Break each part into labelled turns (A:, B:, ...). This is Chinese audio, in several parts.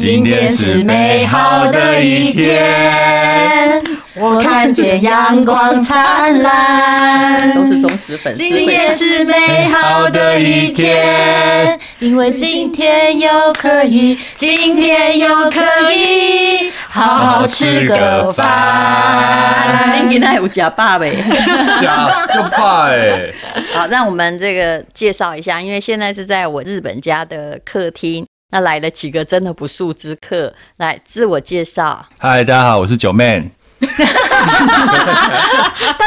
A: 今天是美好的一天，我看见阳光灿烂。
B: 都是忠实粉丝。
A: 今天是美好的一天，因为今天又可以，今天又可以好好吃个
B: 啊，
A: 饭。
B: 今天有假爸 呗。
C: 假就怕哎，
B: 好，让我们这个介绍一下，因为现在是在我日本家的客厅，那来了几个真的不速之客，来自我介绍。
C: 嗨，大家好，我是九妹。
A: 大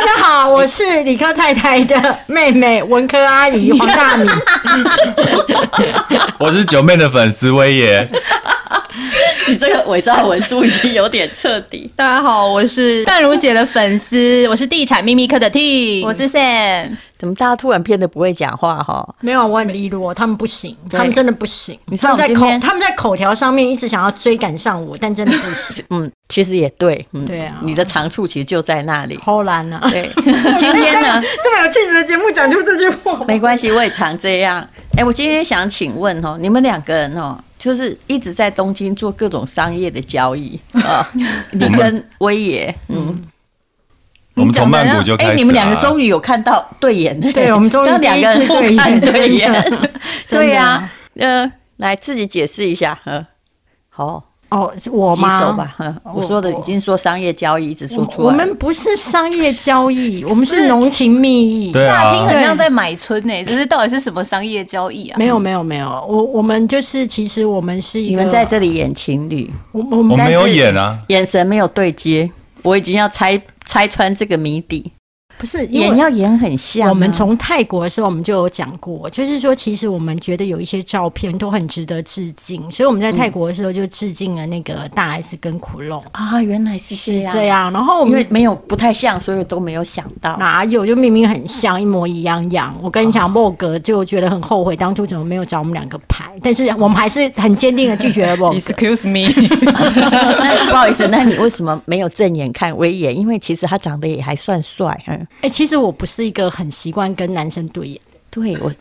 A: 家好，我是理科太太的妹妹文科阿姨黄大米。
C: 我是九妹的粉丝威爷。
B: 你 这个伪造文书已经有点彻底。
D: 大家好，我是淡如姐的粉丝，我是地产秘密课的 T，我是 Sam。
B: 怎么大家突然变得不会讲话哈？
A: 没有，我很利落，他们不行，他们真的不行。
B: 你知
A: 他
B: 道
A: 们在
B: 我今
A: 口
B: 天
A: 他们在口条上面一直想要追赶上我，但真的不行。
B: 嗯，其实也对，嗯，
A: 对啊
B: 你的长处其实就在那里。
A: 偷懒啊！
B: 对，今天呢？
A: 这么有气质的节目讲出这句话，
B: 没关系，我也常这样。哎、我今天想请问哦，你们两个人哦，就是一直在东京做各种商业的交易 啊、你跟威爷，嗯，
C: 我们从曼谷就
B: 哎、
C: 开始。啊
B: 你们两个终于有看到对眼呢、
A: 对我们终 于
B: 让两个人互看
A: 第一次对
B: 对
A: 眼
B: 眼，
A: 真的啊
B: 对呀、呃，来自己解释一下，呃，好，
A: 哦，是我
B: 举
A: 吗？
B: 手吧，呃，我说的已经说商业交易，一直说出
A: 我
B: 来了。
A: 们不是商业交 易，我们是浓情蜜意。
C: 对
D: 乍
C: 啊
D: 听，很像在买春呢、这是到底是什么商业交易啊？
A: 没有没有没有，我我们就是其实我们是一个，
B: 你们在这里演情侣，
A: 我我们
C: 我
B: 但
C: 没
B: 是
C: 有演啊，
B: 眼神没有对接，我已经要拆拆穿这个谜底。
A: 不是因
B: 演
A: 为。
B: 要演很像啊、
A: 我们从泰国的时候，我们就有讲过，就是说，其实我们觉得有一些照片都很值得致敬，所以我们在
B: 嗯
A: 泰国的时候就致敬了那个大 S 跟苦肉，
B: 啊，原来是这
A: 是
B: 样，
A: 这，样。然后我
B: 因为
A: 们
B: 没有不太像，所以都没有想到。
A: 哪有，就明明很像，一模一样样。我跟你
B: 哦
A: 讲，莫哥就觉得很后悔，当初怎么没有找我们两个拍，但是我们还是很坚定的拒绝了 莫哥。
D: Excuse me，
B: 那 不好意思，那你为什么没有正眼看威眼？因为其实他长得也还算帅，嗯，
A: 哎、其实我不是一个很习惯跟男生对眼，
B: 对我。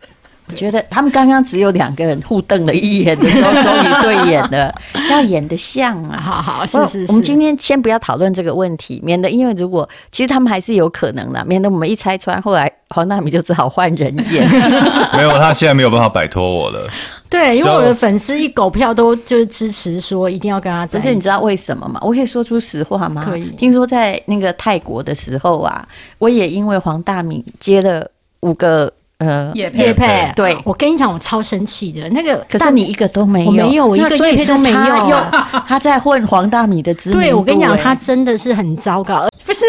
B: 我觉得他们刚刚只有两个人互瞪了一眼的时候，终于对眼了， 要演得像啊！
A: 好好是
B: 我
A: 是是，
B: 我们今天先不要讨论这个问题，免得因为如果其实他们还是有可能的，免得我们一拆穿，后来黄大米就只好换人演。
C: 没有，他现在没有办法摆脱我了。
A: 对，因为
C: 叫
A: 我的粉丝一狗票都就是支持说一定要跟他在
B: 可
A: 一起，
B: 是你知道为什么吗？我可以说出实话吗？
A: 可以
B: 听说在那个泰国的时候啊，我也因为黄大米接了五个呃，
D: 也
A: 叶
D: 配
A: 佩，
B: 对
A: 我跟你讲，我超生气的那个，
B: 可是你。一个都没有，
A: 我没有我一个
B: 那所以
A: 叶配都
B: 是
A: 没有
B: 他又他在混黄大米的知名度、
A: 对，我跟你讲，
B: 哎
C: 哦
A: 他真的是很糟糕，呃不是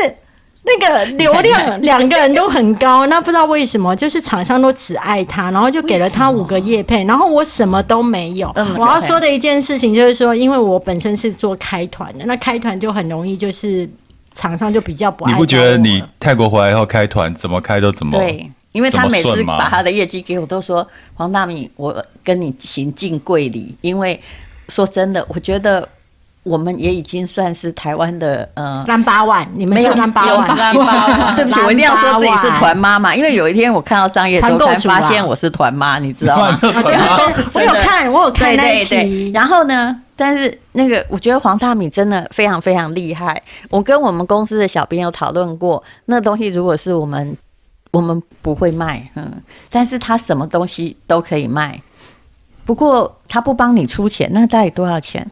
A: 那个流 量，两个人都很高，那不知道为什么，就是厂商都只爱他，然后就给了他五个叶配，然后我什么都没有。
B: 嗯
A: 我要说的一件事情就是说，因为我本身是做开团的，那开团就很容易就是厂商就比较不爱
C: 你
A: 我了。
C: 不觉得你泰国回来以后开团怎么开都怎么？
B: 对。因为他
C: 怎么
B: 每次
C: 顺吗
B: 把他的业绩给我，都说黄大米，我跟你行敬跪礼。因为说真的，我觉得我们也已经算是台湾的呃
A: 蓝八万？你们是蓝八
B: 有
A: 万？
B: 蓝 八万，对不起，我一定要说自己是
A: 啊蓝八万
B: 团妈嘛，因为有一天我看到商业周
A: 团
B: 刊，
A: 购主啊
B: 发现我是团妈，你知道吗？
A: 啊 对我有看，我有看
B: 对
A: 那一
B: 对对
A: 期，。
B: 然后呢？但是那个，我觉得黄大米真的非常非常厉害。我跟我们公司的小编有讨论过，那东西如果是我们，我们不会卖，嗯，但是他什么东西都可以卖。不过他不帮你出钱，那到底多少钱？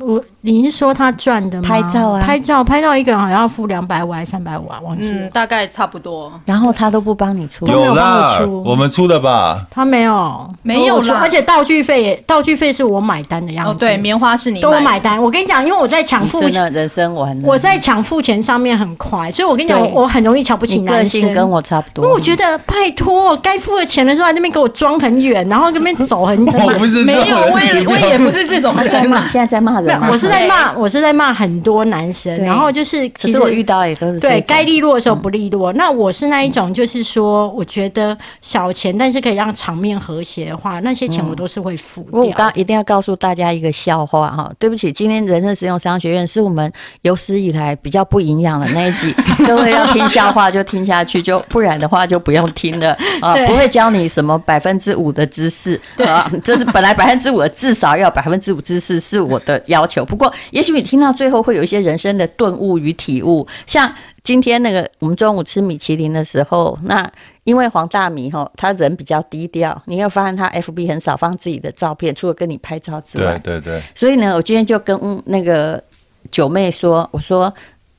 A: 我你是说他赚的吗？
B: 拍照啊
A: 拍照拍到一个人好像要付两百五还是三百五啊？忘记了。
D: 嗯，大概差不多。
B: 然后他都不帮你出，
A: 没
C: 有
A: 有帮我
C: 啦，
A: 出
C: 我们出的吧？
A: 他没有，
D: 没有啦
A: 我出而且道具费也，道具费是我买单的样子。
D: 哦，对，棉花是你
A: 都我
D: 买
A: 买单。我跟你讲，因为我在抢
B: 你
A: 付
B: 真
A: 钱，
B: 的人生完了。
A: 我在抢付钱上面很快，所以我跟你讲，
B: 对
A: 我很容易瞧不起
B: 你个
A: 男
B: 性
A: 生。
B: 跟我差不
A: 因
B: 多，
A: 为我觉得，拜托，该付了钱的时候，还在那边给我装很远，然后在那边走很远。
C: 我不是
D: 没
C: 这
D: 有，
C: 种
D: 我也
C: 人
D: 我也不是这种
B: 他在
D: 人啊
B: 骂，
D: 嘛。
B: 现在在骂
A: 没
B: 人
A: 有
B: 吗？
A: 我是是在骂，我是在骂很多男生。
B: 对
A: 然后就是，
B: 可
A: 其
B: 是
A: 实
B: 我遇到也都是这嗯
A: 对
B: 种
A: 该利落的时候不利落。那我是那一种，就是说，我觉得小钱，但是可以让场面和谐的话，那些钱我都是会付
B: 不过我
A: 掉
B: 嗯哦刚
A: 的。
B: 一定要告诉大家一个笑话哈，对不起，今天人生实用商学院是我们有史以来比较不营养的那 一集，各位要听笑话就听下去，就不然的话就不用 听了啊，
A: 对
B: 不会教你什么百分之五的知识啊，这是本来百分之五的至少要百分之五知识是我的要求，不过也许你听到最后会有一些人生的顿悟与体悟，像今天那个我们中午吃米其林的时候，那因为黄大米吼，他人比较低调，你会发现他 FB 很少放自己的照片，除了跟你拍照之
C: 对
B: 外，
C: 对对，
B: 所以呢，我今天就跟嗯那个九妹说，我说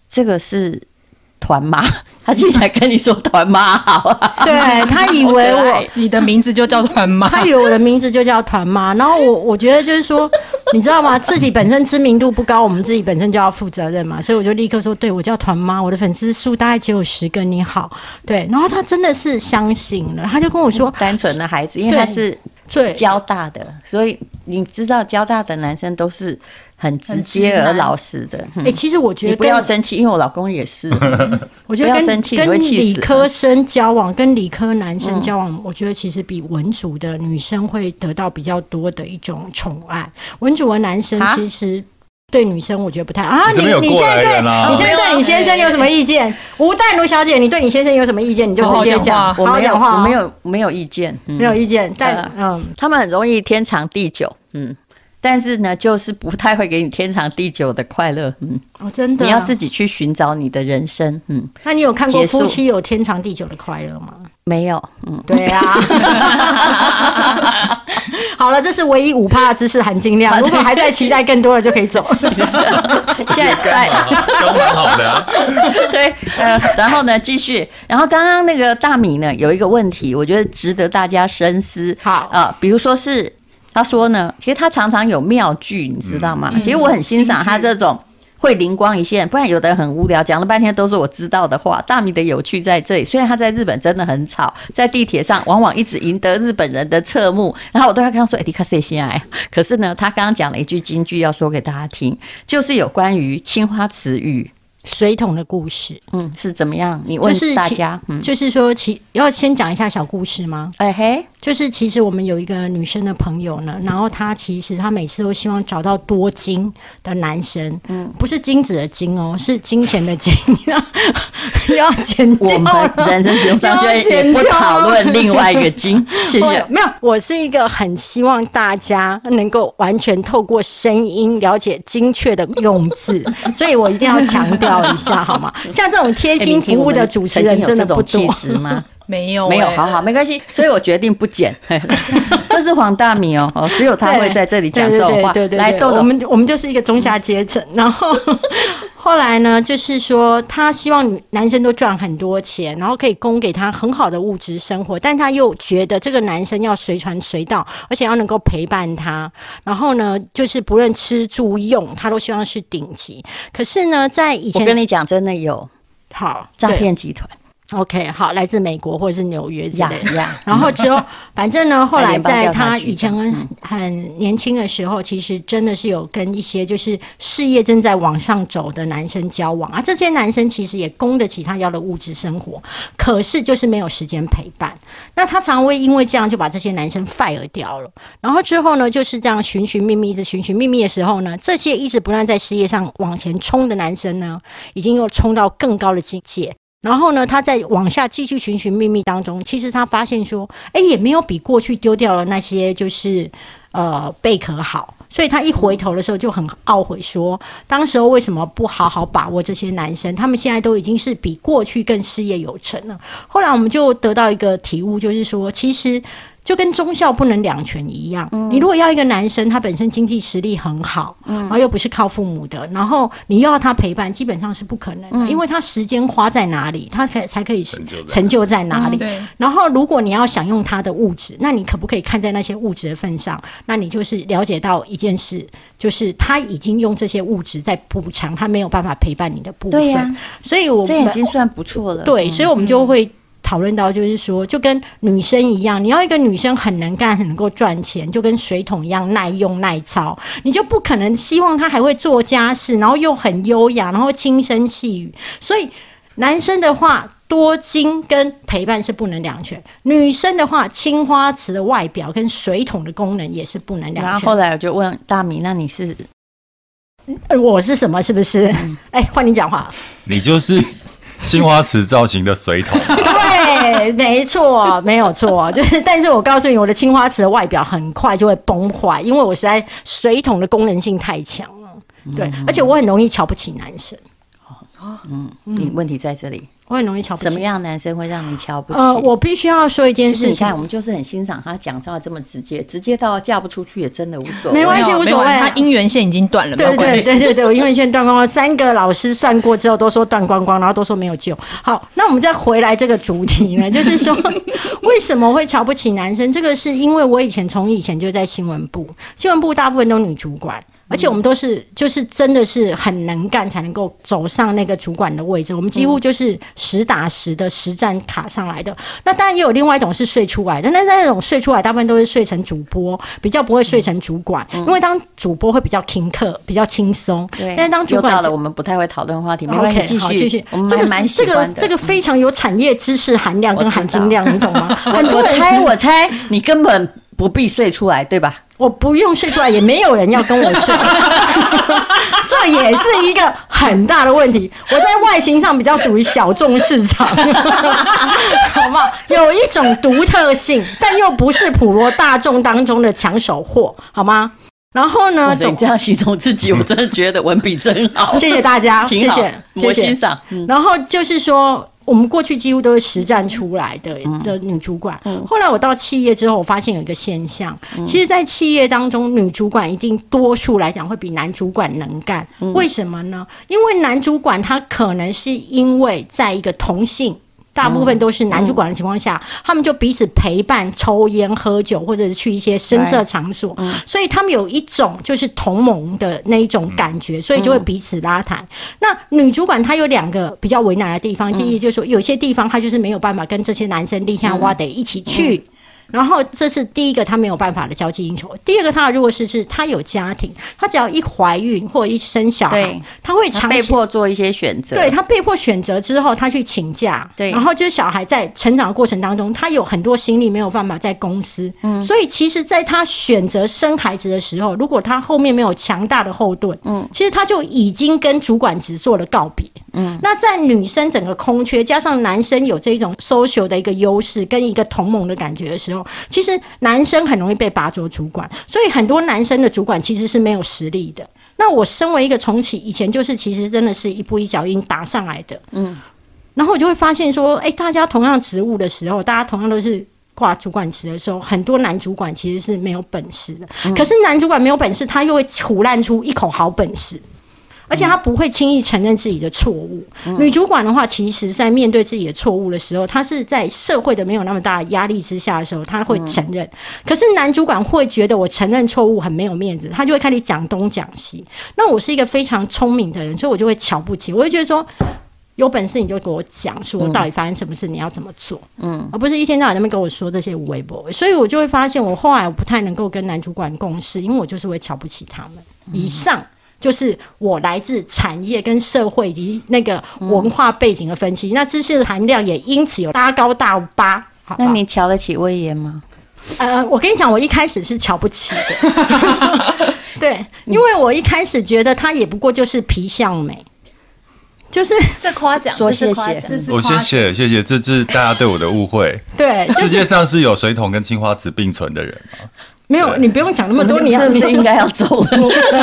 B: 这个是团妈， 她竟然跟你说团妈好啊，
A: 对他以为
B: 好可
A: 我
B: 爱，
D: 你的名字就叫团妈，
A: 他以为我的名字就叫团妈，然后我我觉得就是说，你知道吗？自己本身知名度不高，我们自己本身就要负责任嘛，所以我就立刻说，对我叫团妈，我的粉丝数大概只有十个，你好，对。然后他真的是相信了，他就跟我说，
B: 单纯的孩子，因为
A: 对
B: 她是
A: 对，
B: 交大的，所以你知道交大的男生都是很直接
D: 很直
B: 而
D: 男
B: 老实的，
A: 哎、
B: 嗯
A: 其实我觉
B: 你
A: 得
B: 不
A: 跟
B: 要生气，因为我老公也 是。
A: 我觉得
B: 不要
A: 跟
B: 生气你会
A: 跟
B: 气死
A: 理
B: 嗯
A: 科生交往，跟理科男生交往，我觉得其实比文组的女生会得到比较多的一种宠爱。文组的男生
B: 啊
A: 其实对女生，我觉得不太啊。
C: 你
A: 你
C: 这边有
A: 你
C: 过
A: 现在
C: 来
A: 对
C: 人啊
A: 你现在对你先生有什么意见？吴淡如小姐，你对你先生有什么意见？你就直接
D: 好好讲
A: 好
D: 话
B: 啊我
A: 好
B: 没有，
A: 讲话哦，
B: 我没有，没有意见，嗯
A: 没有意见，但
B: 呃
A: 嗯，
B: 他们很容易天长地久，嗯，但是呢，就是不太会给你天长地久的快乐，嗯，
A: 哦，真的，
B: 你要自。己去寻找你的人生，嗯，
A: 那你有看过
B: 结束
A: 夫妻有天长地久的快乐吗？
B: 没有， 嗯，
A: 对 啊。好了，这是唯一五趴的知识含金量。如果还在期待更多的，就可以 走。
B: 现在在。
C: 都蛮好的啊。
B: 对，呃，然后呢，继续，然后刚刚那个大米呢，有一个问题，我觉得值得大家深思。
A: 好
B: 啊、比如说是他说呢，其实他常常有妙句，你知道
A: 嗯
B: 吗？其实我很欣赏他这种。会灵光一现，不然有的人很无聊，讲了半天都是我知道的话。大米的有趣在这里，虽然他在日本真的很吵，在地铁上往往一直赢得日本人的侧目，然后我都要跟他说：“哎、你看谁先来？” 可是呢，他刚刚讲了一句金句，要说给大家听，就是有关于青花瓷语。
A: 水桶的故事，
B: 嗯，是怎么样？你
A: 就
B: 问
A: 是
B: 大
A: 其
B: 家，嗯，
A: 就是说其要先讲一下小故事吗？
B: 哎嘿，
A: 就是其实我们有一个女生的朋友呢，然后她其实她每次都希望找到多金的男生，
B: 嗯
A: 不是金子的金哦，是金钱的金， 要剪掉
B: 我
A: 了。
B: 们人生使用上
A: 要
B: 圈
A: 剪
B: 也不
A: 掉
B: 讨论另外一个 经，谢
A: 我
B: 谢。
A: 没有，我是一个很希望大家能够完全透过声音了解精确的用 字，所以我一定要强调一下，好吗？像这种贴
B: 哎
A: 心
B: 你听
A: 服
B: 我
A: 务
B: 们
A: 的主持人
B: 曾经
A: 真
B: 有
A: 的
B: 这
A: 不
B: 种气
A: 多。
B: 质 吗？哦
D: 没有
B: 没有，
D: 欸
B: 好好，没关系，所以我决定不 剪。嘿这是黄大米哦，哦，只有他会在这里讲这种话
A: 对对对对对。
B: 来，
A: 对
B: 豆
A: 我
B: 豆，
A: 们我们就是一个中下阶层。然 后后来呢，就是说他希望女男生都赚很多钱，然后可以供给他很好的物质生活，但他又觉得这个男生要随传随到，而且要能够陪伴他。然后呢，就是不论吃住用，他都希望是顶级。可是呢，在以
B: 我
A: 前
B: 跟你讲，真的有
A: 好
B: 诈
A: 对
B: 骗集团
A: OK 好，来自美国或者是纽约之
B: 呀
A: 类的。
B: 呀，
A: 然后之后，反正 呢，后来在
B: 联邦调查
A: 他
B: 局嗯
A: 以前很很年轻的时候，其实真的是有跟一些就是事业正在往上走的男生交往啊。这些男生其实也供得起他要的物质生活，可是就是没有时间陪伴。那他常会因为这样就把这些男生 fire 掉了。然后之后呢，就是这样寻寻觅觅，一直寻寻觅觅的时候呢，这些一直不断在事业上往前冲的男生呢，已经又冲到更高的境界。然后呢，他在往下继续寻寻觅觅当中，其实他发现说，哎，也没有比过去丢掉了那些就是呃贝壳好。所以他一回头的时候就很懊悔说，当时候为什么不好好把握这些男生？他们现在都已经是比过去更事业有成了。后来我们就得到一个体悟，就是说，其实就跟忠孝不能两全一样。你如果要一个男生，他本身经济实力很好，然后又不是靠父母的，然后你又要他陪伴，基本上是不可能的，因为他时间花在哪里，他才才可以
C: 成就在哪里
A: 成就在哪里。
D: 对，
A: 然后，如果你要享用它的物质，那你可不可以看在那些物质的份上？那你就是了解到一件事，就是他已经用这些物质在补偿他没有办法陪伴你的部分。
B: 对呀，啊
A: 所以我
B: 这已
A: 们
B: 经算不错了。嗯
A: 对，所以我们就会。讨论到，就是说，就跟女生一样，你要一个女生很能干、很能够赚钱，就跟水桶一样耐用耐操，你就不可能希望她还会做家事，然后又很优雅，然后轻声细语。所以男生的话。多金跟陪伴是不能两全，女生的话，青花瓷的外表跟水桶的功能也是不能两全。
B: 然后后来我就问大米，那你是
A: 呃我是什么？是不是？
B: 嗯
A: 哎、换你讲话。
C: 你就是青花瓷造型的水桶，
A: 对，没错，没有错， 就是。但是我告诉你，我的青花瓷的外表很快就会崩坏，因为我实在水桶的功能性太强了。
B: 嗯
A: 对，而且我很容易瞧不起男生，
B: 你问题在这里，
A: 我很容易瞧不起。
B: 什么？样的男生会让你瞧不起？
A: 呃，我必须要说一件
B: 其实
A: 事
B: 你
A: 情
B: 哦看，。我们就是很欣赏他讲话这么直接，直接到嫁不出去也真的无所谓。
A: 没关系无
D: 没
A: 所
D: 有
A: 谓啊
D: 他姻缘线已经断了，没有
A: 对
D: 关
A: 对
D: 系。
A: 对对对，我因为现在断光光，三个老师算过之后都说断光光，然后都说没有救。好，那我们再回来这个主题呢， 就是说为什么会瞧不起男生？这个是因为我以前从以前就在新闻部，新闻部大部分都女主管。而且我们都是，就是真的是很能干，才能够走上那个主管的位置。我们几乎就是实打实的实战卡上来的。那当然也有另外一种是睡出来的，那那种睡出来大部分都是睡成主播，比较不会睡成主管，因为当主播会比较听课，比较轻松。
B: 嗯对，
A: 但是当主
B: 又到
A: 管
B: 了我们不太会讨论的话题，没关系，
A: OK，
B: 继
A: 好
B: 续，
A: 继续
B: 我。们
A: 这
B: 还
A: 个
B: 蛮
A: 是
B: 喜
A: 这
B: 欢
A: 个
B: 的。
A: 这个 非常有产业知识含量跟含金量，你懂吗？很
B: 我
A: 多
B: 我
A: 人
B: 猜我猜你根本不必睡出来，对吧？
A: 我不用睡出来，也没有人要跟我 睡，这也是一个很大的问题。我在外形上比较属于小众市 场，好不好？有一种独特性，但又不是普罗大众当中的抢手货，好吗？然后呢，
B: 哇塞，你这样形容自 己，我真的觉得文笔真好，
A: 谢谢大家，谢
B: 挺好
A: 谢，谢
B: 我
A: 谢
B: 欣。赏。嗯
A: 然后就是说，我们过去几乎都是实战出来的、的女主管。后来我到企业之后，我发现有一个现象，其实，在企业当中，女主管一定多数来讲会比男主管能干。为什么呢？因为男主管他可能是因为在一个同性。大部分都是男主管的情况下，他们就彼此陪伴、抽烟、喝酒，或者是去一些深色场所，所以他们有一种就是同盟的那一种感觉，所以就会彼此拉抬。那女主管她有两个比较为难的地方，第一就是说有些地方她就是没有办法跟这些男生立下哇得一起去。然后这是第一个她没有办法的交际应酬，第二个她的弱势是她有家庭，她只要一怀孕或一生小孩
B: 对，
A: 她会
B: 他
A: 长
B: 被
A: 期
B: 迫做一些选择，
A: 对他被迫选择之后，他去请假，
B: 对
A: 然后就是小孩在成长的过程当中，他有很多心力没有办法在公司，嗯，所以其实，在他选择生孩子的时候，如果他后面没有强大的后盾，嗯，其实他就已经跟主管职做了告别，嗯，那在女生整个空缺，加上男生有这一种 social 的一个优势跟一个同盟的感觉的时候，其实男生很容易被拔擢主管，所以很多男生的主管其实是没有实力的。那我身为一个重启，以前就是其实真的是一步一脚印打上来的，嗯，然后我就会发现说，哎、大家同样职务的时候，大家同样都是。挂主管职的时候，很多男主管其实是没有本事的。可是男主管没有本事，他又会胡烂出一口好本事，而且他不会轻易承认自己的错误。女主管的话，其实在面对自己的错误的时候，她是在社会的没有那么大的压力之下的时候，她会承认。可是男主管会觉得我承认错误很没有面子，他就会开始讲东讲西。那我是一个非常聪明的人，所以我就会瞧不起，我就觉得说。有本事你就给我讲，说到底发生什么事，你要怎么做，嗯，而不是一天到晚在那边跟我说这些无微博，所以我就会发现，我后来我不太能够跟男主管共事，因为我就是会瞧不起他们。
B: 嗯
A: 以上就是我来自产业跟社会以及那个文化背景的分析，那知识含量也因此有拉高大八。好吧
B: 那你瞧得起威严吗？
A: 呃，我跟你讲，我一开始是瞧不起的， 对，因为我一开始觉得他也不过就是皮相美，就是
D: 这夸奖，
B: 说
D: 这是
B: 谢
D: 夸
B: 谢
D: 奖，这是
C: 我
D: 夸
C: 谢
D: 奖。
C: 谢谢谢，这是大家对我的误会。
A: 对，就
C: 世
A: 是
C: 界上是有水桶跟青花瓷并存的人吗。
A: 没有你不用讲那么多，你要
B: 是不是应该要走 了？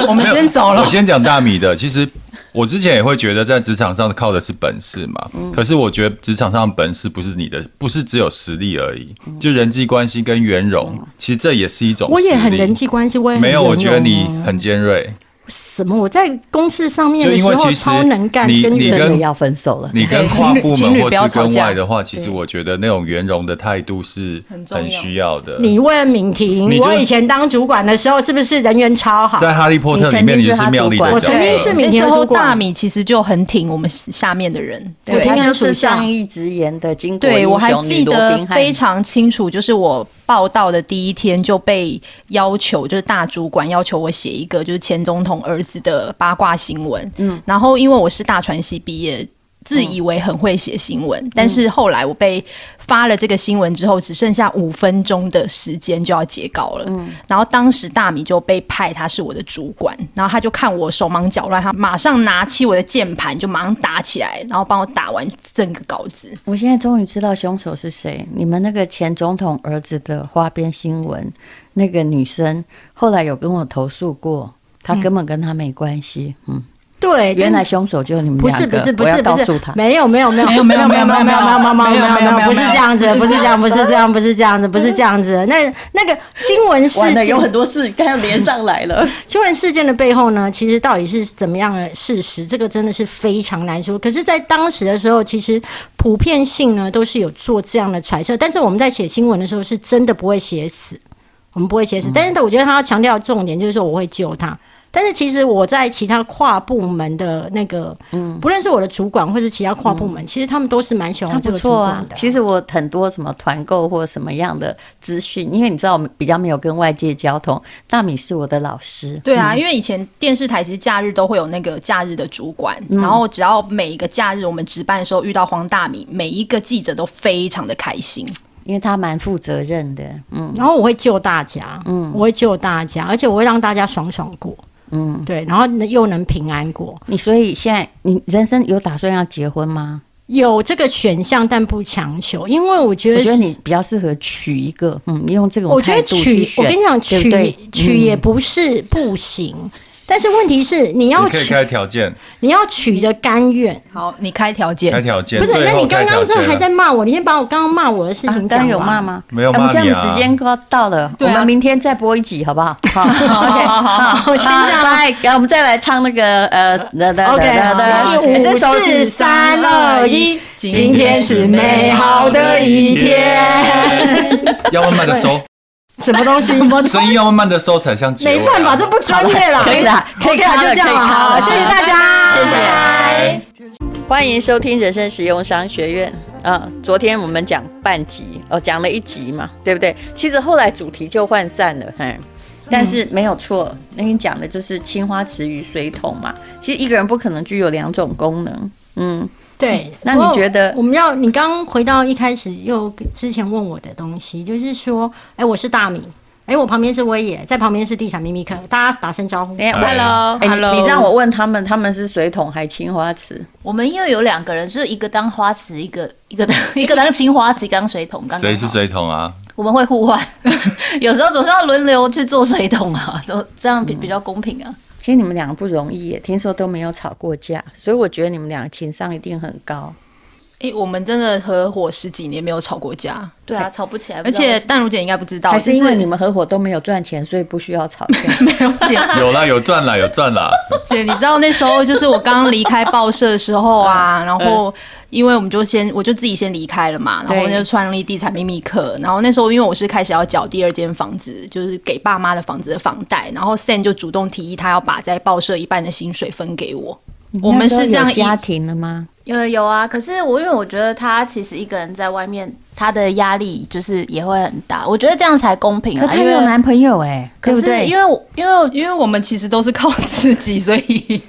D: 我们先走了
C: 我。先讲大米的，其实我之前也会觉得在职场上靠的是本事嘛，可是我觉得职场上的本事不是你的，不是只有实力而已，就人际关系跟圆融，其实这也是一种。
A: 我也很人。际关系，我也很啊
C: 没有，我
A: 圆
C: 觉得
A: 融
C: 你
A: 哦
C: 很尖锐，
A: 什么？我在公司上面的时
C: 就因
A: 候
C: 为其实
A: 超能干，
C: 你
A: 跟
C: 你
A: 人
B: 真的
C: 跟
B: 要分手了。
C: 你跟
D: 对
C: 跨
D: 情侣
C: 部
D: 情
C: 门
D: 侣
C: 或
D: 不要
C: 是
D: 吵
C: 跟
D: 架
C: 外的话，其实
B: 对
C: 我觉得那种圆融的态度是
D: 很重要
C: 很需要的。
A: 你问敏
C: 你
A: 婷，
C: 就
A: 我以前当主管的时候是不是人缘超好？
C: 在《哈利波特》里面，你
B: 你曾经是
C: 是
B: 他
C: 妙丽
B: 主
C: 的
B: 管
C: 角
A: 我
C: 色，
A: 曾经是敏
D: 那
A: 婷
D: 时
A: 的
D: 候
A: 主管
D: 大，米其实就很挺我们下面的人，
A: 我听
B: 他
A: 他
B: 就
A: 属
B: 是
A: 下
B: 上一只言的巾帼英
D: 对，
B: 雄
D: 我还记
B: 女
D: 得
B: 罗宾汉
D: 非常清楚，就是我报道的第一天就被要求，就是大主管要求我写一个就是前总统儿子的八卦新闻。嗯，然后因为我是大传系毕业。自
B: 嗯
D: 以为很会写新闻，但是后来我被发了这个新闻之后，只剩下五分钟的时间就要截稿了。嗯，然后当时大米就被派他是我的主管，然后他就看我手忙脚乱，他马上拿起我的键盘就马上打起来，然后帮我打完整个稿子。
B: 我现在终于知道凶手是谁。你们那个前总统儿子的花边新闻，那个女生后来有跟我投诉过，她根本跟她没关系。嗯，
A: 对，
B: 原来凶手就是你们
A: 不
B: 两
A: 是
B: 个，
A: 不是不
B: 我
A: 是
B: 要告
A: 不
B: 诉
A: 是
B: 她，。
A: 没有没有没有
D: 没有
A: 没有
D: 没有
A: 没
D: 没
A: 有没
D: 有没
A: 有
D: 有
A: 没有没
D: 没有
A: 有
D: 没有没有
A: 不是这样子，不是这样，不是这样，不是这样子，不是这样子。那那个新闻事
B: 完了，
A: 件
B: 有很多事刚要连上来了。
A: 新闻事件的背后呢，其实到底是怎么样的事实，这个真的是非常难说。可是，在当时的时候，其实普遍性呢都是有做这样的揣测，但是我们在写新闻的时候，是真的不会写死，我们不会写死。但是，我觉得他要强调的重点就是说，我会救他。但是其实我在其他跨部门的那个，不论是我的主管或是其他跨部门，其实他们都是蛮喜欢
B: 那
A: 我这
B: 不
A: 个主
B: 错
A: 管
B: 啊
A: 的。。
B: 其实我很多什么团购或什么样的资讯，因为你知道我们比较没有跟外界交通。大米是我的老师，
D: 对啊，因为以前电视台其实假日都会有那个假日的主管，然后只要每一个假日我们值班的时候遇到黄大米，每一个记者都非常的开心。
B: 因为他蛮负责任的。嗯，
A: 然后我会救大家，嗯，我会救大家，而且我会让大家爽爽过，嗯，对，然后又能平安过。
B: 你所以现在你人生有打算要结婚吗？
A: 有这个选项，但不强求，因为我觉得
B: 我觉
A: 是。
B: 得你比较适合娶一个，嗯，你用这种
A: 我觉
B: 态
A: 得
B: 度去
A: 娶，我
B: 选，
A: 跟你讲，
B: 对
A: 娶
B: 不对嗯啊
A: 娶也不是不行，但是问题是你要
C: 你可以
A: 娶，
C: 开条件，
A: 你要娶的甘愿，
D: 好，你开条
C: 开
D: 件，
C: 条件。
A: 不是？
C: 哎最
A: 那
C: 后
A: 你刚
C: 开条
A: 刚这
C: 件
A: 还
C: 了
A: 在骂我，你先把我刚刚骂我的事
B: 啊
A: 情
B: 刚
A: 讲
B: 刚有骂
A: 完。
B: 吗？
C: 没有
B: 啊我们
C: 骂
B: 这样
C: 你
B: 我
C: 啊
B: 们时间快要到 了，我
D: 对啊
B: 们明天再播一集好不好？好，OK，
A: 好好好我先这样啊
B: 来，然后我们再来唱那个呃，哒哒
A: OK，
B: 哒哒，
A: 好
B: 哎这
A: 五
B: 首
A: 四
B: 是
A: 三二一，今天是美好的一
C: 啊
A: 天。
C: 要慢慢的 收，
A: 什么 东西？
C: 声音要慢慢的收才像结尾啊。
A: 没办法，这不专业啦。
B: 可以啦，可以
A: OK
B: 卡
A: 啦，
B: 了，
A: 就这样
B: 可以
A: 了，
B: 卡
A: 好，
B: 了
A: 谢谢大家，
B: 谢谢
A: 拜拜。
C: 哎
B: 欢迎收听人生实用商学院。啊，昨天我们讲半集，哦，讲了一集嘛，对不对？其实后来主题就涣散了，嘿。但是没有错，那天讲的就是青花瓷与水桶嘛。其实一个人不可能具有两种功能，嗯，
A: 对，
B: 那
A: 不
B: 你
A: 过
B: 觉得
A: 我们要？你刚刚回到一开始又之前问我的东西，就是说，哎，我是大米，哎，我旁边是威爷，在旁边是地产秘密客，大家打声招呼。
B: 哎我
E: ，Hello
B: 哎你
D: Hello
B: 你让我问他们，他们是水桶还青花瓷？
E: 我们因为有两个人，就是一个当花池，一个一 个当一个当青花瓷，一个当水桶。刚刚好
C: 谁是？水桶啊？
E: 我们会互 换，有时候总是要轮流去做水桶啊，都这样比比较公平啊。
B: 其实你们两个不容易耶，听说都没有吵过架，所以我觉得你们俩情商一定很高。
D: 诶，我们真的合伙十几年没有吵过架，
E: 对啊，吵不起来。
D: 而且淡如姐应该不知道，
B: 还是因
D: 哦就
B: 为你们合伙都没有赚钱，所以不需要吵 架。
D: 没有姐
C: 有啦，有赚啦，有 赚啦。
D: 姐，你知道那时候就是我刚离开报社的时候啊，
B: 嗯
D: 然后因为我们就先我就自己先离开了嘛，然后
B: 对
D: 就创立地产秘密课，然后那时候因为我是开始要缴第二间房子，就是给爸妈的房子的房贷，然后 Sam 就主动提议他要把在报社一半的薪水分给我，我们是这样
B: 那时候有家
D: 一。
B: 庭了吗？
E: 有有啊，可是我因为我觉得他其实一个人在外面，他的压力就是也会很大。我觉得这样才公平
B: 可
E: 啊，
B: 她
E: 因
B: 有
E: 为
B: 男朋友哎、对
E: 可
B: 不
E: 是
B: 对？
E: 因为我因为我
D: 因为我们其实都是靠自己，所 以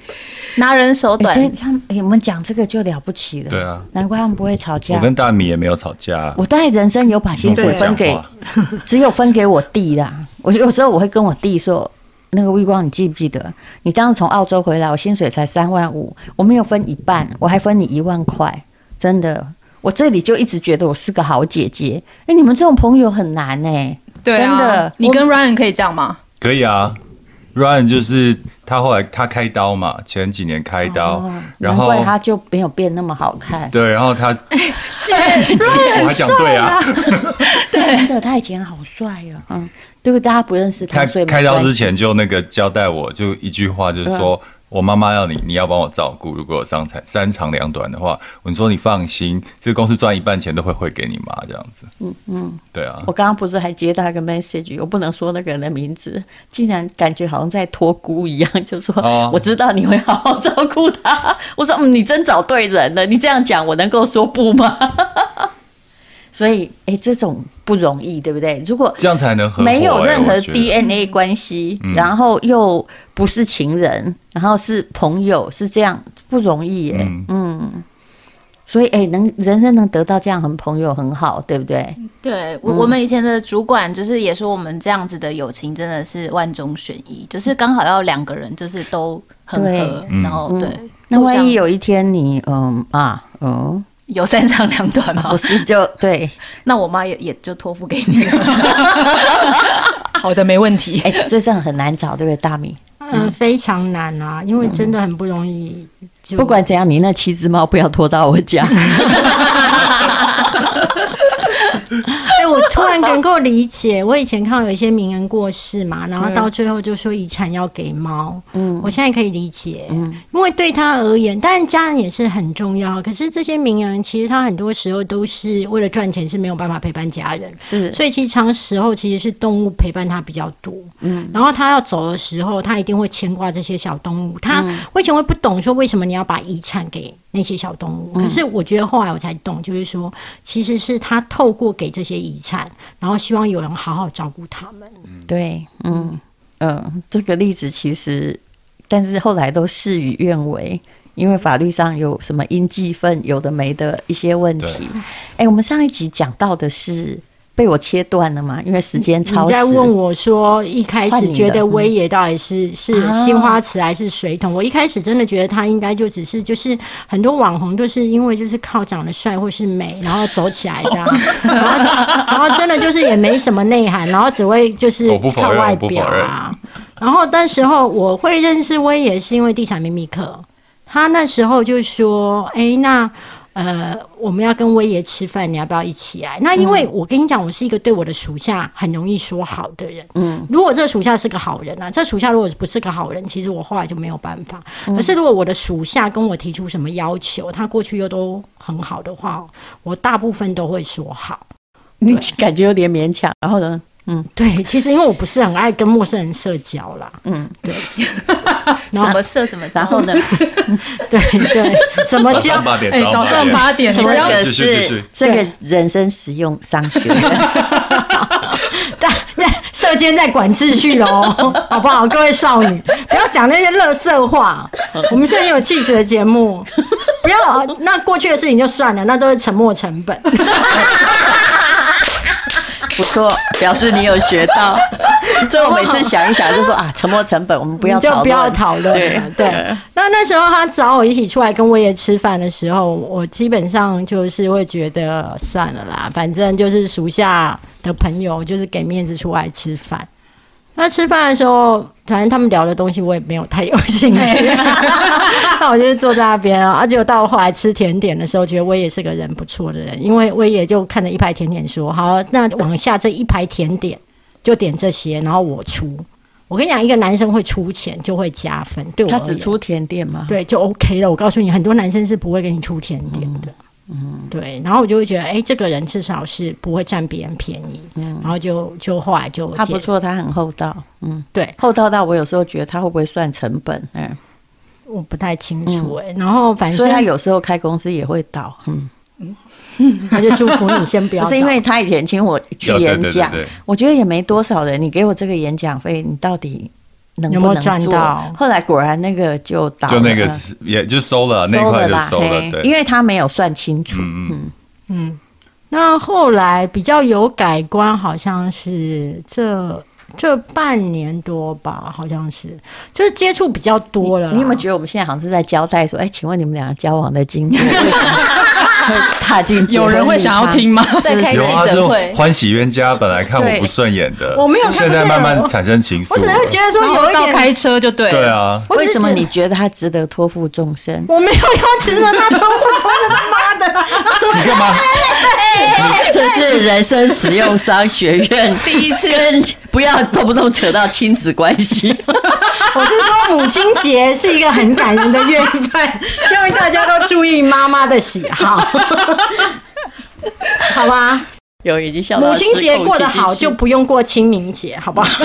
E: 拿人手
B: 哎
E: 短，
B: 真他们、哎我们讲这个就了不起了。
C: 对啊，
B: 难怪他们不会吵架。
C: 我跟大米也没有吵架啊。
B: 我大概人生有把薪水
C: 对啊
B: 分给
C: 讲话，
B: 只有分给我弟啦。我有时候我会跟我弟说，那个微光，你记不记得？你当时从澳洲回来，我薪水才三万五，我没有分一半，我还分你一万块，真的。我这里就一直觉得我是个好姐姐。哎、你们这种朋友很难哎、
D: 对啊，
B: 真的
D: 你跟 Ryan 可以这样吗？
C: 可以啊。Ryan 就是他后来他开刀嘛，前几年开刀，
A: 哦
C: 然后
B: 哦难怪他就没有变那么好看。
C: 对，然 后他，我还讲对啊，
B: 真的，他以前好帅哦。嗯，对不对？大家不认识他，
C: 开
B: 所以没
C: 开刀
B: 关
C: 之
B: 系
C: 前就那个交代我，就一句话，就是说、
B: 嗯
C: 我妈妈要你，你要帮我照顾。如果有伤残三长两短的话，我说你放心，这个公司赚一半钱都会汇给你妈这样子。嗯嗯，对啊
B: 我，刚刚不是还接到一个 message，我不能说那个人的名字，竟然感觉好像在托孤一样，就说、
C: 哦
B: 我知道你会好好照顾他。 我说嗯，你真找对人了，你这样讲我能够说不吗？ 所以哎，这种不容易，对不对？如果
C: 这样才能合伙、
B: 没有任
C: 哎
B: 何
C: 我觉得嗯
B: DNA 关系，然后又不是情人，然后是朋友，是这样不容易耶。嗯
C: 嗯
B: 所以哎，能人生能得到这样很朋友很好，对不对？
E: 嗯对我、我们以前的主管就是也说我们这样子的友情真的是万中选一，就是刚好要两个人就是都很合
C: 对，
E: 然后
B: 嗯
E: 对，
B: 那
E: 互相
B: 万一有一天你嗯啊 嗯，
E: 有三长两短嘛
B: 我，哦是就对，
E: 那我妈也也就托付给你了。
D: 好的，没问题。
B: 哎、这真的很难找，对不对？大米，
A: 嗯，非常难啊，因为真的很不容易。就
E: 嗯
B: 不管怎样，你那七只猫不要拖到我家。
A: 哎、我突然能够理解，我以前看到有一些名人过世嘛，然后到最后就说遗产要给猫，嗯，我现在可以理解，嗯，因为对他而言，当然家人也是很重要，可是这些名人其实他很多时候都是为了赚钱是没有办法陪伴家人，
B: 是
A: 所以其实长时候其实是动物陪伴他比较多，嗯，然后他要走的时候，他一定会牵挂这些小动物。他、我以前会不懂说为什么你要把遗产给那些小动物，可是我觉得后来我才懂，就是说其实是他透过给这些遗产，然后希望有人好好照顾他们。
B: 对，嗯嗯，这个例子其实，但是后来都事与愿违，因为法律上有什么应继分有的没的一些问题。哎、我们上一集讲到的是被我切断了嘛，因为时间超
A: 你
B: 时。
A: 在问我说，一开
B: 换你
A: 始
B: 的
A: 觉得威爷到底是是
B: 啊
A: 杏花池还是水桶？我一开始真的觉得他应该就只是就是很多网红都是因为就是靠长得帅或是美，然后走起来的啊、然后然后真的就是也没什么内涵，然后只会就是
C: 我不否
A: 靠
C: 认
A: 外
C: 我不
A: 表
C: 否认
A: 啊。然后那时候我会认识威爷是因为地产秘密课，他那时候就说：“哎，那呃，我们要跟威爷吃饭，你要不要一起来？”那因为
C: 嗯
A: 我跟你讲，我是一个对我的属下很容易说好的人。嗯，如果这个属下是个好人啊，这属下如果不是个好人，其实我后来就没有办法。
C: 嗯
A: 可是如果我的属下跟我提出什么要求，他过去又都很好的话，我大部分都会说好。
B: 你感觉有点勉强，然 后呢？
A: 对，其实因为我不是很爱跟陌生人社交啦。
B: 嗯，
A: 对，然
E: 什
A: 后
E: 么社什么
B: 然后呢？
A: 对对，什么
C: 早
A: 交
C: 上八点，
D: 哎
C: 早
D: 早上八点
B: 这
D: 什么
C: 继续
B: 个
C: 继续继
B: 是
C: 续
B: 这个人生实用商学院。
A: 但那射箭在管秩序喽， 好不好？各位少女，不要讲那些垃圾话。我们现在有气质的节目，不要那过去的事情就算了，那都是沉没成本。
B: 不错，表示你有学 到。这我每次想一想就说啊，沉没成本，我们不要
A: 你就
B: 讨论，
A: 不要讨论
B: 对
A: 了。对，那那时候他找我一起出来跟威爷吃饭的时候，我基本上就是会觉得算了啦，反正就是属下的朋友，就是给面子出来吃饭。那吃饭的时候，反正他们聊的东西我也没有太有兴趣， 那我就是坐在那边啊。而且我到后来吃甜点的时候，觉得威爷是个人不错的人，因为威爷就看着一排甜点说：“好，那往下这一排甜点就点这些，然后我出。”我跟你讲，一个男生会出钱就会加分，对我
B: 他
A: 而
B: 只
A: 言
B: 出甜点吗？
A: 对就 OK 了。我告诉你，很多男生是不会给你出甜点的。嗯，对，然后我就会觉得，哎，这个人至少是不会占别人便宜，然后就就后来就
B: 嗯他
A: 解
B: 不错，他很厚道，嗯，
A: 对，
B: 厚道到我有时候觉得他会不会算成本，嗯，
A: 我不太清楚哎、然后反
B: 所
A: 正
B: 以他有时候开公司也会倒，嗯，
A: 他就祝福你先不要
B: 不
A: 倒，
B: 是因为他以前请我去
C: 有对
B: 演
C: 对对
B: 讲
C: 对，
B: 我觉得也没多少人，你给我这个演讲费，你到底能
A: 有
B: 不
A: 没有
B: 能
A: 赚
B: 做
A: 到
B: 后来果然那个就倒了，
C: 就那个
B: 嗯
C: 也就收了，那
B: 收
C: 一块
B: 了
C: 就
B: 吧，
C: 收了，
B: 嘿
C: 对，
B: 因为他没有算清楚，
C: 嗯
B: 嗯，
A: 嗯，那后来比较有改观，好像是这这半年多吧，好像是就是接触比较多了啦
C: 嗯
B: 你有没有觉得我们现在好像是在交代说，哎，请问你们俩交往的经过？为什么踏进结
D: 有
B: 婚
D: 人会
B: 礼
D: 想要
B: 堂
D: 听吗？
E: 在开记
C: 有啊，这
E: 者
C: 种
E: 会，
C: 欢喜冤家本来看我不顺眼的，
A: 我没有看
C: 现
A: 不
C: 在
A: 顺眼
C: 慢慢
A: 我
C: 产生情愫
A: 我只
C: 了。
A: 是觉得说有一
D: 到
A: 点，
D: 开车就对了。
C: 对啊，
A: 我只
B: 为
A: 是
B: 什么
A: 觉得
B: 你觉得他值得托付众生？
A: 我没有要指责他，我说的他妈的，
C: 你干嘛？
B: 啊这是人生实用商学院 第一次，跟不要动不动扯到亲子关 系。
A: 我是说母亲节是一个很感人的月份， 希望大家都注意妈妈的喜好， 好吧？
B: 有已经笑到
A: 母亲节过得好，
B: 失
A: 就
B: 控
A: 不用过清明节，好不好？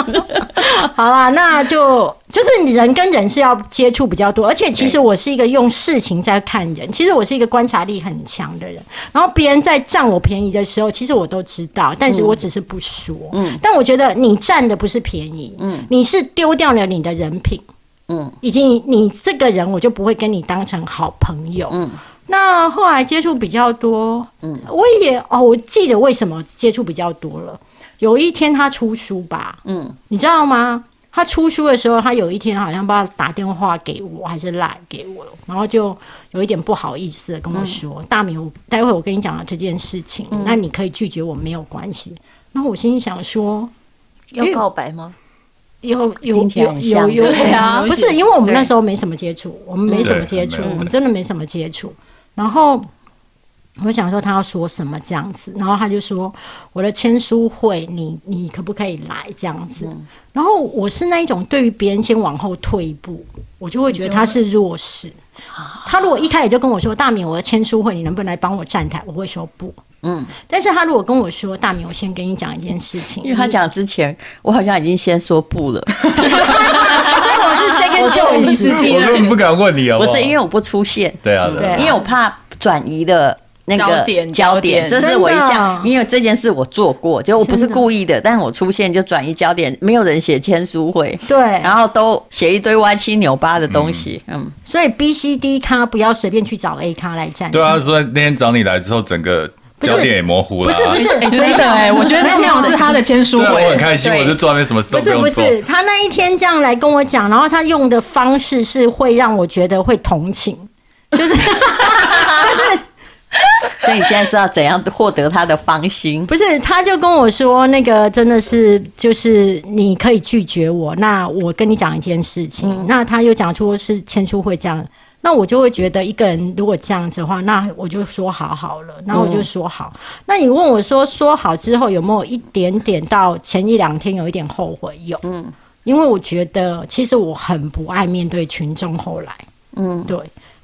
A: 好啦，那就就是人跟人是要接触比较多，而且其实我是一个用事情在看人，其实我是一个观察力很强的人。然后别人在占我便宜的时候，其实我都知道，但是我只是不说。嗯，但我觉得你占的不是便宜，嗯，你是丢掉了你的人品。
B: 嗯，
A: 以及你你这个人，我就不会跟你当成好朋友。嗯，那后来接触比较多，嗯，我也哦，我记得为什么接触比较多了。有一天他出书吧，嗯，你知道吗？他出书的时候，他有一天好像不知道打电话给我还是赖给我，然后就有一点不好意思的跟我说：“大明，我待会我跟你讲了这件事情，那你可以拒绝我没有关系。”然后我心里想说，
E: 要告白吗？
A: 有有
B: 听起来
A: 有
B: 很
A: 有
B: 像
A: 有
E: 对啊
A: 不是因为我们
B: 对
A: 那时候没什么接触，我们没什么
C: 嗯
A: 接触，
C: 对
A: 我们真的没什么接触。然后我想说他要说什么这样子，然后他就说我的签书会，你你可不可以来这样子？
B: 嗯
A: 然后我是那一种对于别人先往后退一步，我就会觉得他是弱势。他如果一开始就跟我说大明，我的签书会，你能不能来帮我站台？我会说不。嗯，但是他如果跟我说大明，我先跟你讲一件事情，
B: 因为他讲之前，我好像已经先说不了，
A: 所以我是 second
B: 我说我
A: choice。
B: 是
C: 我根本不敢问你啊！
B: 不是因为我不出现，嗯
C: 对啊，
A: 对啊
B: 因为我怕转移的。那个
D: 焦点
B: 焦
D: 焦点
B: 这是我一
A: 真
B: 向
A: 的，
B: 因为这件事我做过，就我不是
A: 真的
B: 故意的，但我出现就转移焦点，没有人写签书会，
A: 对，
B: 然后都写一堆歪七扭八的东西，嗯，
A: 所以 B、C、D 咖不要随便去找 A 咖来站。
C: 对啊，所以那天找你来之后，整个焦点也模糊了、
A: 不
C: 啊。
A: 是不是，
D: 哎，真的哎，我觉得那天好像是他的签书
C: 对啊，我很
D: 会，
C: 开心，
B: 对
C: 我就做那边什么事
A: 不
C: 都
A: 是不
C: 用做。
A: 是，他那一天这样来跟我讲，然后他用的方式是会让我觉得会同情，就是就是
B: 所以你现在知道怎样获得他的芳心，
A: 不是，他就跟我说那个真的是就是你可以拒绝我，那我跟你讲一件事情，那他又讲出是签书会这样。那我就会觉得一个人如果这样子的话，那我就说好好了，然后我就说好。那你问我说说好之后有没有一点点到前一两天有一点后悔？有，因为我觉得其实我很不爱面对群众，后来，嗯，对，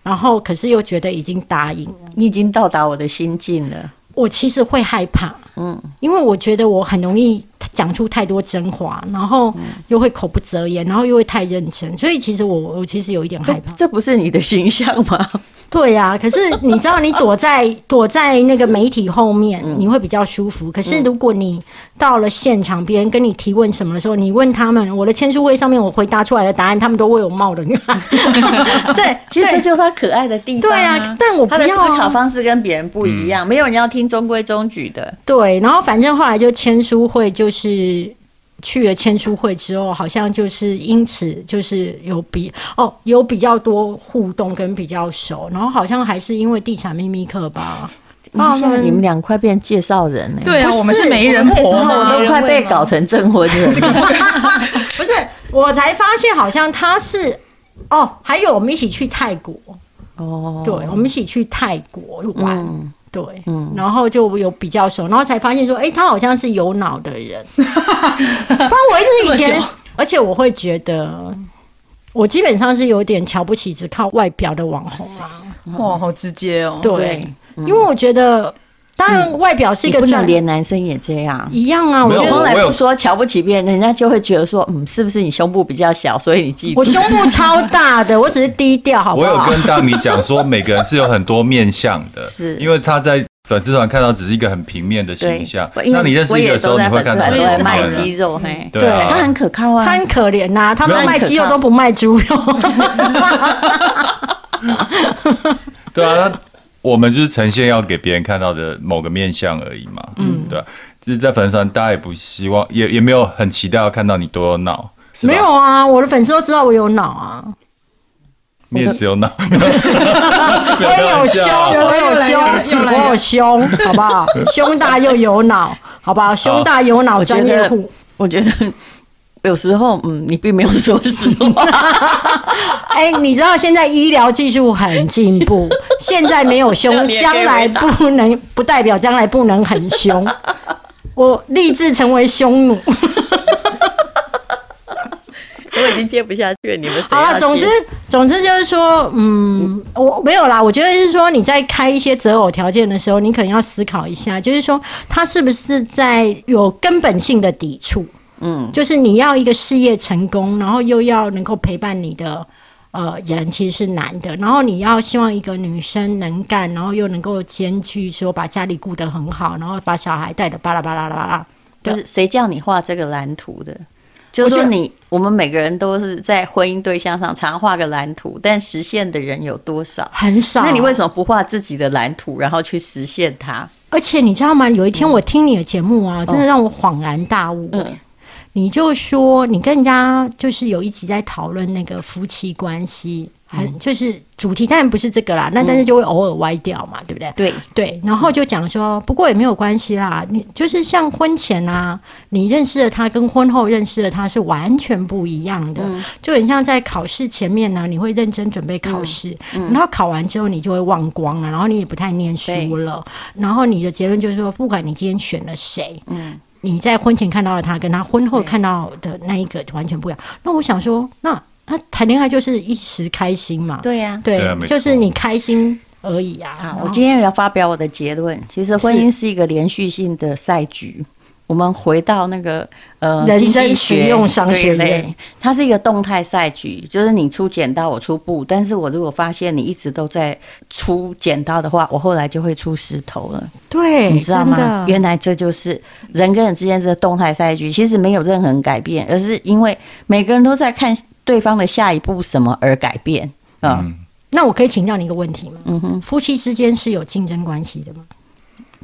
A: 然后可是又觉得已经答应了。
B: 你已经到达我的心境了，
A: 我其实会害怕，嗯，因为我觉得我很容易讲出太多真话，然后又会口不择言，然后又会太认真，所以其实我我其实有一点害怕。
B: 哎这不是你的形象吗？
A: 哦对呀、可是你知道，你躲 在躲在那个媒体后面，你会比较舒服。可是如果你到了现场，别人跟你提问什么的时候，你问他们，我的签书会上面我回答出来的答案，他们都为我冒冷汗。 对，
B: 其实这
A: 对
B: 就是他可爱的地方、
A: 对啊，但我不
B: 他的思
A: 要啊、
B: 考方式跟别人不一样，没有人要听中规中矩的。
A: 对，然后反正后来就签书会，就是去了签书会之后，好像就是因此就是有比哦有比较多互动跟比较熟，然后好像还是因为地产秘密课吧，哦
B: 哇，现在
A: 嗯
B: 你们俩快变介绍人了、
D: 对啊，
A: 不是
D: 我们是媒人婆
E: 我们
D: 嘛，
E: 可
B: 我都
E: 以做
B: 快被搞成证婚 人了。
A: 不是我才发现好像他是哦，还有我们一起去泰国，
B: 哦，
A: 对，我们一起去泰国玩。对，
B: 嗯
A: 然后就有比较熟，然后才发现说，哎、他好像是有脑的 人，不然我一直以
D: 这
A: 前
D: 么久，
A: 而且我会觉得，我基本上是有点瞧不起只靠外表的网红啊，
D: 哇，好直接哦。
A: 对，
B: 对
A: 因
B: 嗯
A: 为我觉得，当然外表是一
B: 你
A: 个
B: 不能
A: 赚、
B: 连男生也这样。
A: 一样啊，我
C: 没有
A: 觉
B: 我
A: 得
B: 从来
C: 我有
B: 不说瞧不起别人，人家就会觉得说，嗯，是不是你胸部比较小，所以你嫉妒？
A: 我胸部超大 的，我只是低调，好不
C: 我有
A: 好？
C: 跟大米 讲说，每个人是有很多面相的，
B: 是
C: 因为他在粉丝团看到只是一个很平面的形
B: 对
C: 象，，
B: 因为
C: 那你认识
B: 我
C: 一个
B: 也
C: 的时
B: 都
C: 候，你
B: 在
C: 会
B: 粉丝
C: 看到
B: 团
C: 很
B: 都
C: 多
B: 在
C: 面
B: 卖
C: 相
B: 肌肉，嘿，
C: 对啊，
B: 他很可靠啊，
A: 他很可怜呐、他
C: 没
A: 妈
C: 有
A: 卖鸡肉都不卖猪 肉，
C: 对啊，那我们就是呈现要给别人看到的某个面相而已嘛。嗯，对、啊，就是在粉丝团，大家也不希望，也也没有很期待要看到你多有脑，是吧
A: 没有啊，我的粉丝都知道我有脑啊。
C: 你也只有 脑，
A: 我有胸，
B: 啊
A: 我有胸，我有胸，好不 好？胸大又有脑，好不好？胸大有脑，专业户。
B: 啊我觉 得有时候，嗯，你并没有说实话。
A: 哎，你知道现在医疗技术很进 步，现在没有胸，将来不能不代表将来不能很凶。我立志成为匈奴。
B: 我已经接不下去了，你们
A: 好了，总之，总之就是说，嗯，我没有啦。我觉得是说，你在开一些择偶条件的时候，你可能要思考一下，就是说，他是不是在有根本性的抵触？嗯，就是你要一个事业成功，然后又要能够陪伴你的呃人，其实是难的。然后你要希望一个女生能干，然后又能够兼具说把家里顾得很好，然后把小孩带的巴拉巴拉巴拉。
B: 就是谁叫你画这个蓝图的？就是说你，我们每个人都是在婚姻对象上常画个蓝图，但实现的人有多少？
A: 很少。
B: 那你为什么不画自己的蓝图，然后去实现它？
A: 而且你知道吗？有一天我听你的节目啊，嗯、真的让我恍然大悟、欸。嗯、你就说，你跟人家就是有一集在讨论那个夫妻关系。很就是主题，当然不是这个啦，那但是就会偶尔歪掉嘛，嗯、对不对？
B: 对
A: 对，然后就讲说，不过也没有关系啦，你就是像婚前啊，你认识的他跟婚后认识的他是完全不一样的，嗯、就很像在考试前面呢、啊，你会认真准备考试，嗯、然后考完之后你就会忘光啊了，然后你也不太念书了，然后你的结论就是说，不管你今天选了谁，嗯。你在婚前看到的他，跟他婚后看到的那一个完全不一样。那我想说，那他谈恋爱就是一时开心嘛？
B: 对呀、啊，
A: 对，
C: 对啊、
A: 就是你开心而已啊。
B: 好，我今天要发表我的结论。其实婚姻是一个连续性的赛局。我们回到那个呃，
A: 人生实用商学
B: 院，它是一个动态赛局，就是你出剪刀，我出布。但是我如果发现你一直都在出剪刀的话，我后来就会出石头了。
A: 对，
B: 你知道吗？原来这就是人跟人之间的动态赛局，其实没有任何改变，而是因为每个人都在看对方的下一步什么而改变。嗯，嗯
A: 那我可以请教你一个问题吗？嗯哼，夫妻之间是有竞争关系的吗？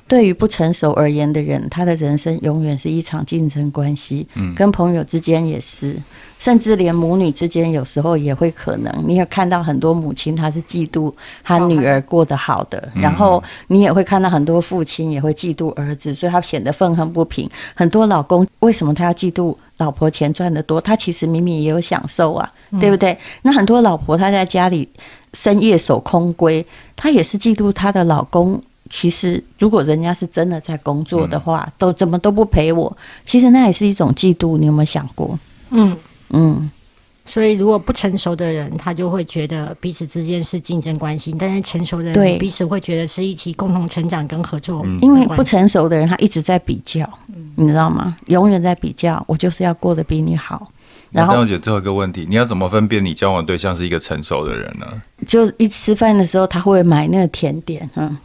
B: 对于不成熟而言的人，他的人生永远是一场竞争关系，嗯、跟朋友之间也是，甚至连母女之间有时候也会可能。你也看到很多母亲，她是嫉妒她女儿过得好的，然后你也会看到很多父亲也会嫉妒儿子，所以他显得愤恨不平。很多老公为什么他要嫉妒？老婆钱赚得多，他其实明明也有享受啊，嗯、对不对？那很多老婆她在家里深夜守空闺，她也是嫉妒她的老公。其实，如果人家是真的在工作的话，嗯、都怎么都不陪我。其实那也是一种嫉妒，你有没有想过？
A: 嗯嗯。嗯所以，如果不成熟的人，他就会觉得彼此之间是竞争关系；，但是成熟的人，彼此会觉得是一起共同成长跟合作。
B: 因为不成熟的人，他一直在比较，嗯、你知道吗？永远在比较，我就是要过得比你好。然后，
C: 我姐最后一个问题，你要怎么分辨你交往对象是一个成熟的人呢？
B: 就一吃饭的时候，他会买那个甜点，嗯，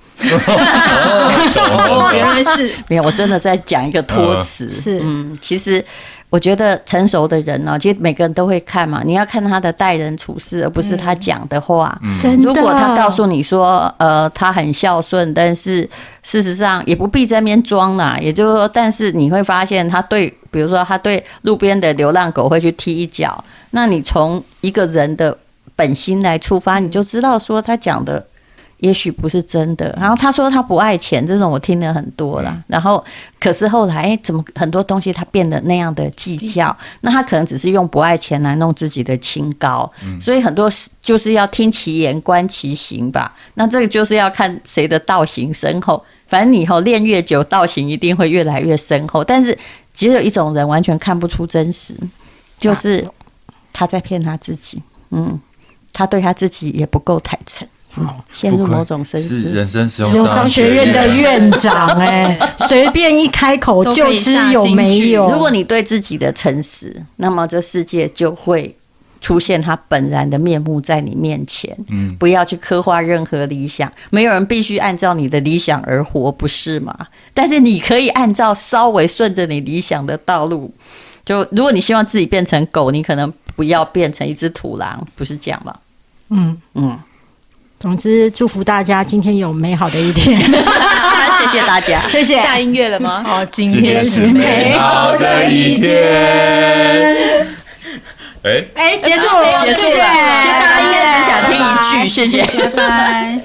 D: 原来是
B: 没有，我真的在讲一个托词，
A: 是
B: 嗯，其实我觉得成熟的人呢、喔，其实每个人都会看嘛，你要看他的待人处事，而不是他讲的话。
A: 嗯，嗯
B: 如果他告诉你说，呃，他很孝顺，但是事实上也不必在那边装啦，也就是说，但是你会发现他对。比如说，他对路边的流浪狗会去踢一脚，那你从一个人的本心来出发，你就知道说他讲的也许不是真的。然后他说他不爱钱，这种我听了很多啦。嗯、然后可是后来，哎，怎么很多东西他变得那样的计较？嗯、那他可能只是用不爱钱来弄自己的清高。嗯、所以很多就是要听其言观其行吧。那这个就是要看谁的道行深厚。反正你以后练越久，道行一定会越来越深厚。但是。只有一种人完全看不出真实，
C: 啊
B: 就是他在骗他自己。嗯，他对他自己也不够坦诚，嗯，陷入某种深思。
C: 是人生实
A: 用商学院的院长 哎、欸，随便一开口就知有没有。
B: 如果你对自己的诚实，那么这世界就会出现他本然的面目在你面前。嗯，不要去刻画任何理想，没有人必须按照你的理想而活，不是吗？但是你可以按照稍微顺着你理想的道路，就如果你希望自己变成狗，你可能不要变成一只土狼，不是这样吗？
A: 嗯嗯，嗯总之祝福大家今天有美好的一天，
B: 啊谢谢大家，
A: 谢谢。
E: 下音乐了吗？
D: 好，今天是
C: 美好的一天。哎
A: 哎，结束了，
B: 结束
A: 谢
B: 了，
A: 谢
B: 大家。听一句，谢谢。
E: 拜拜。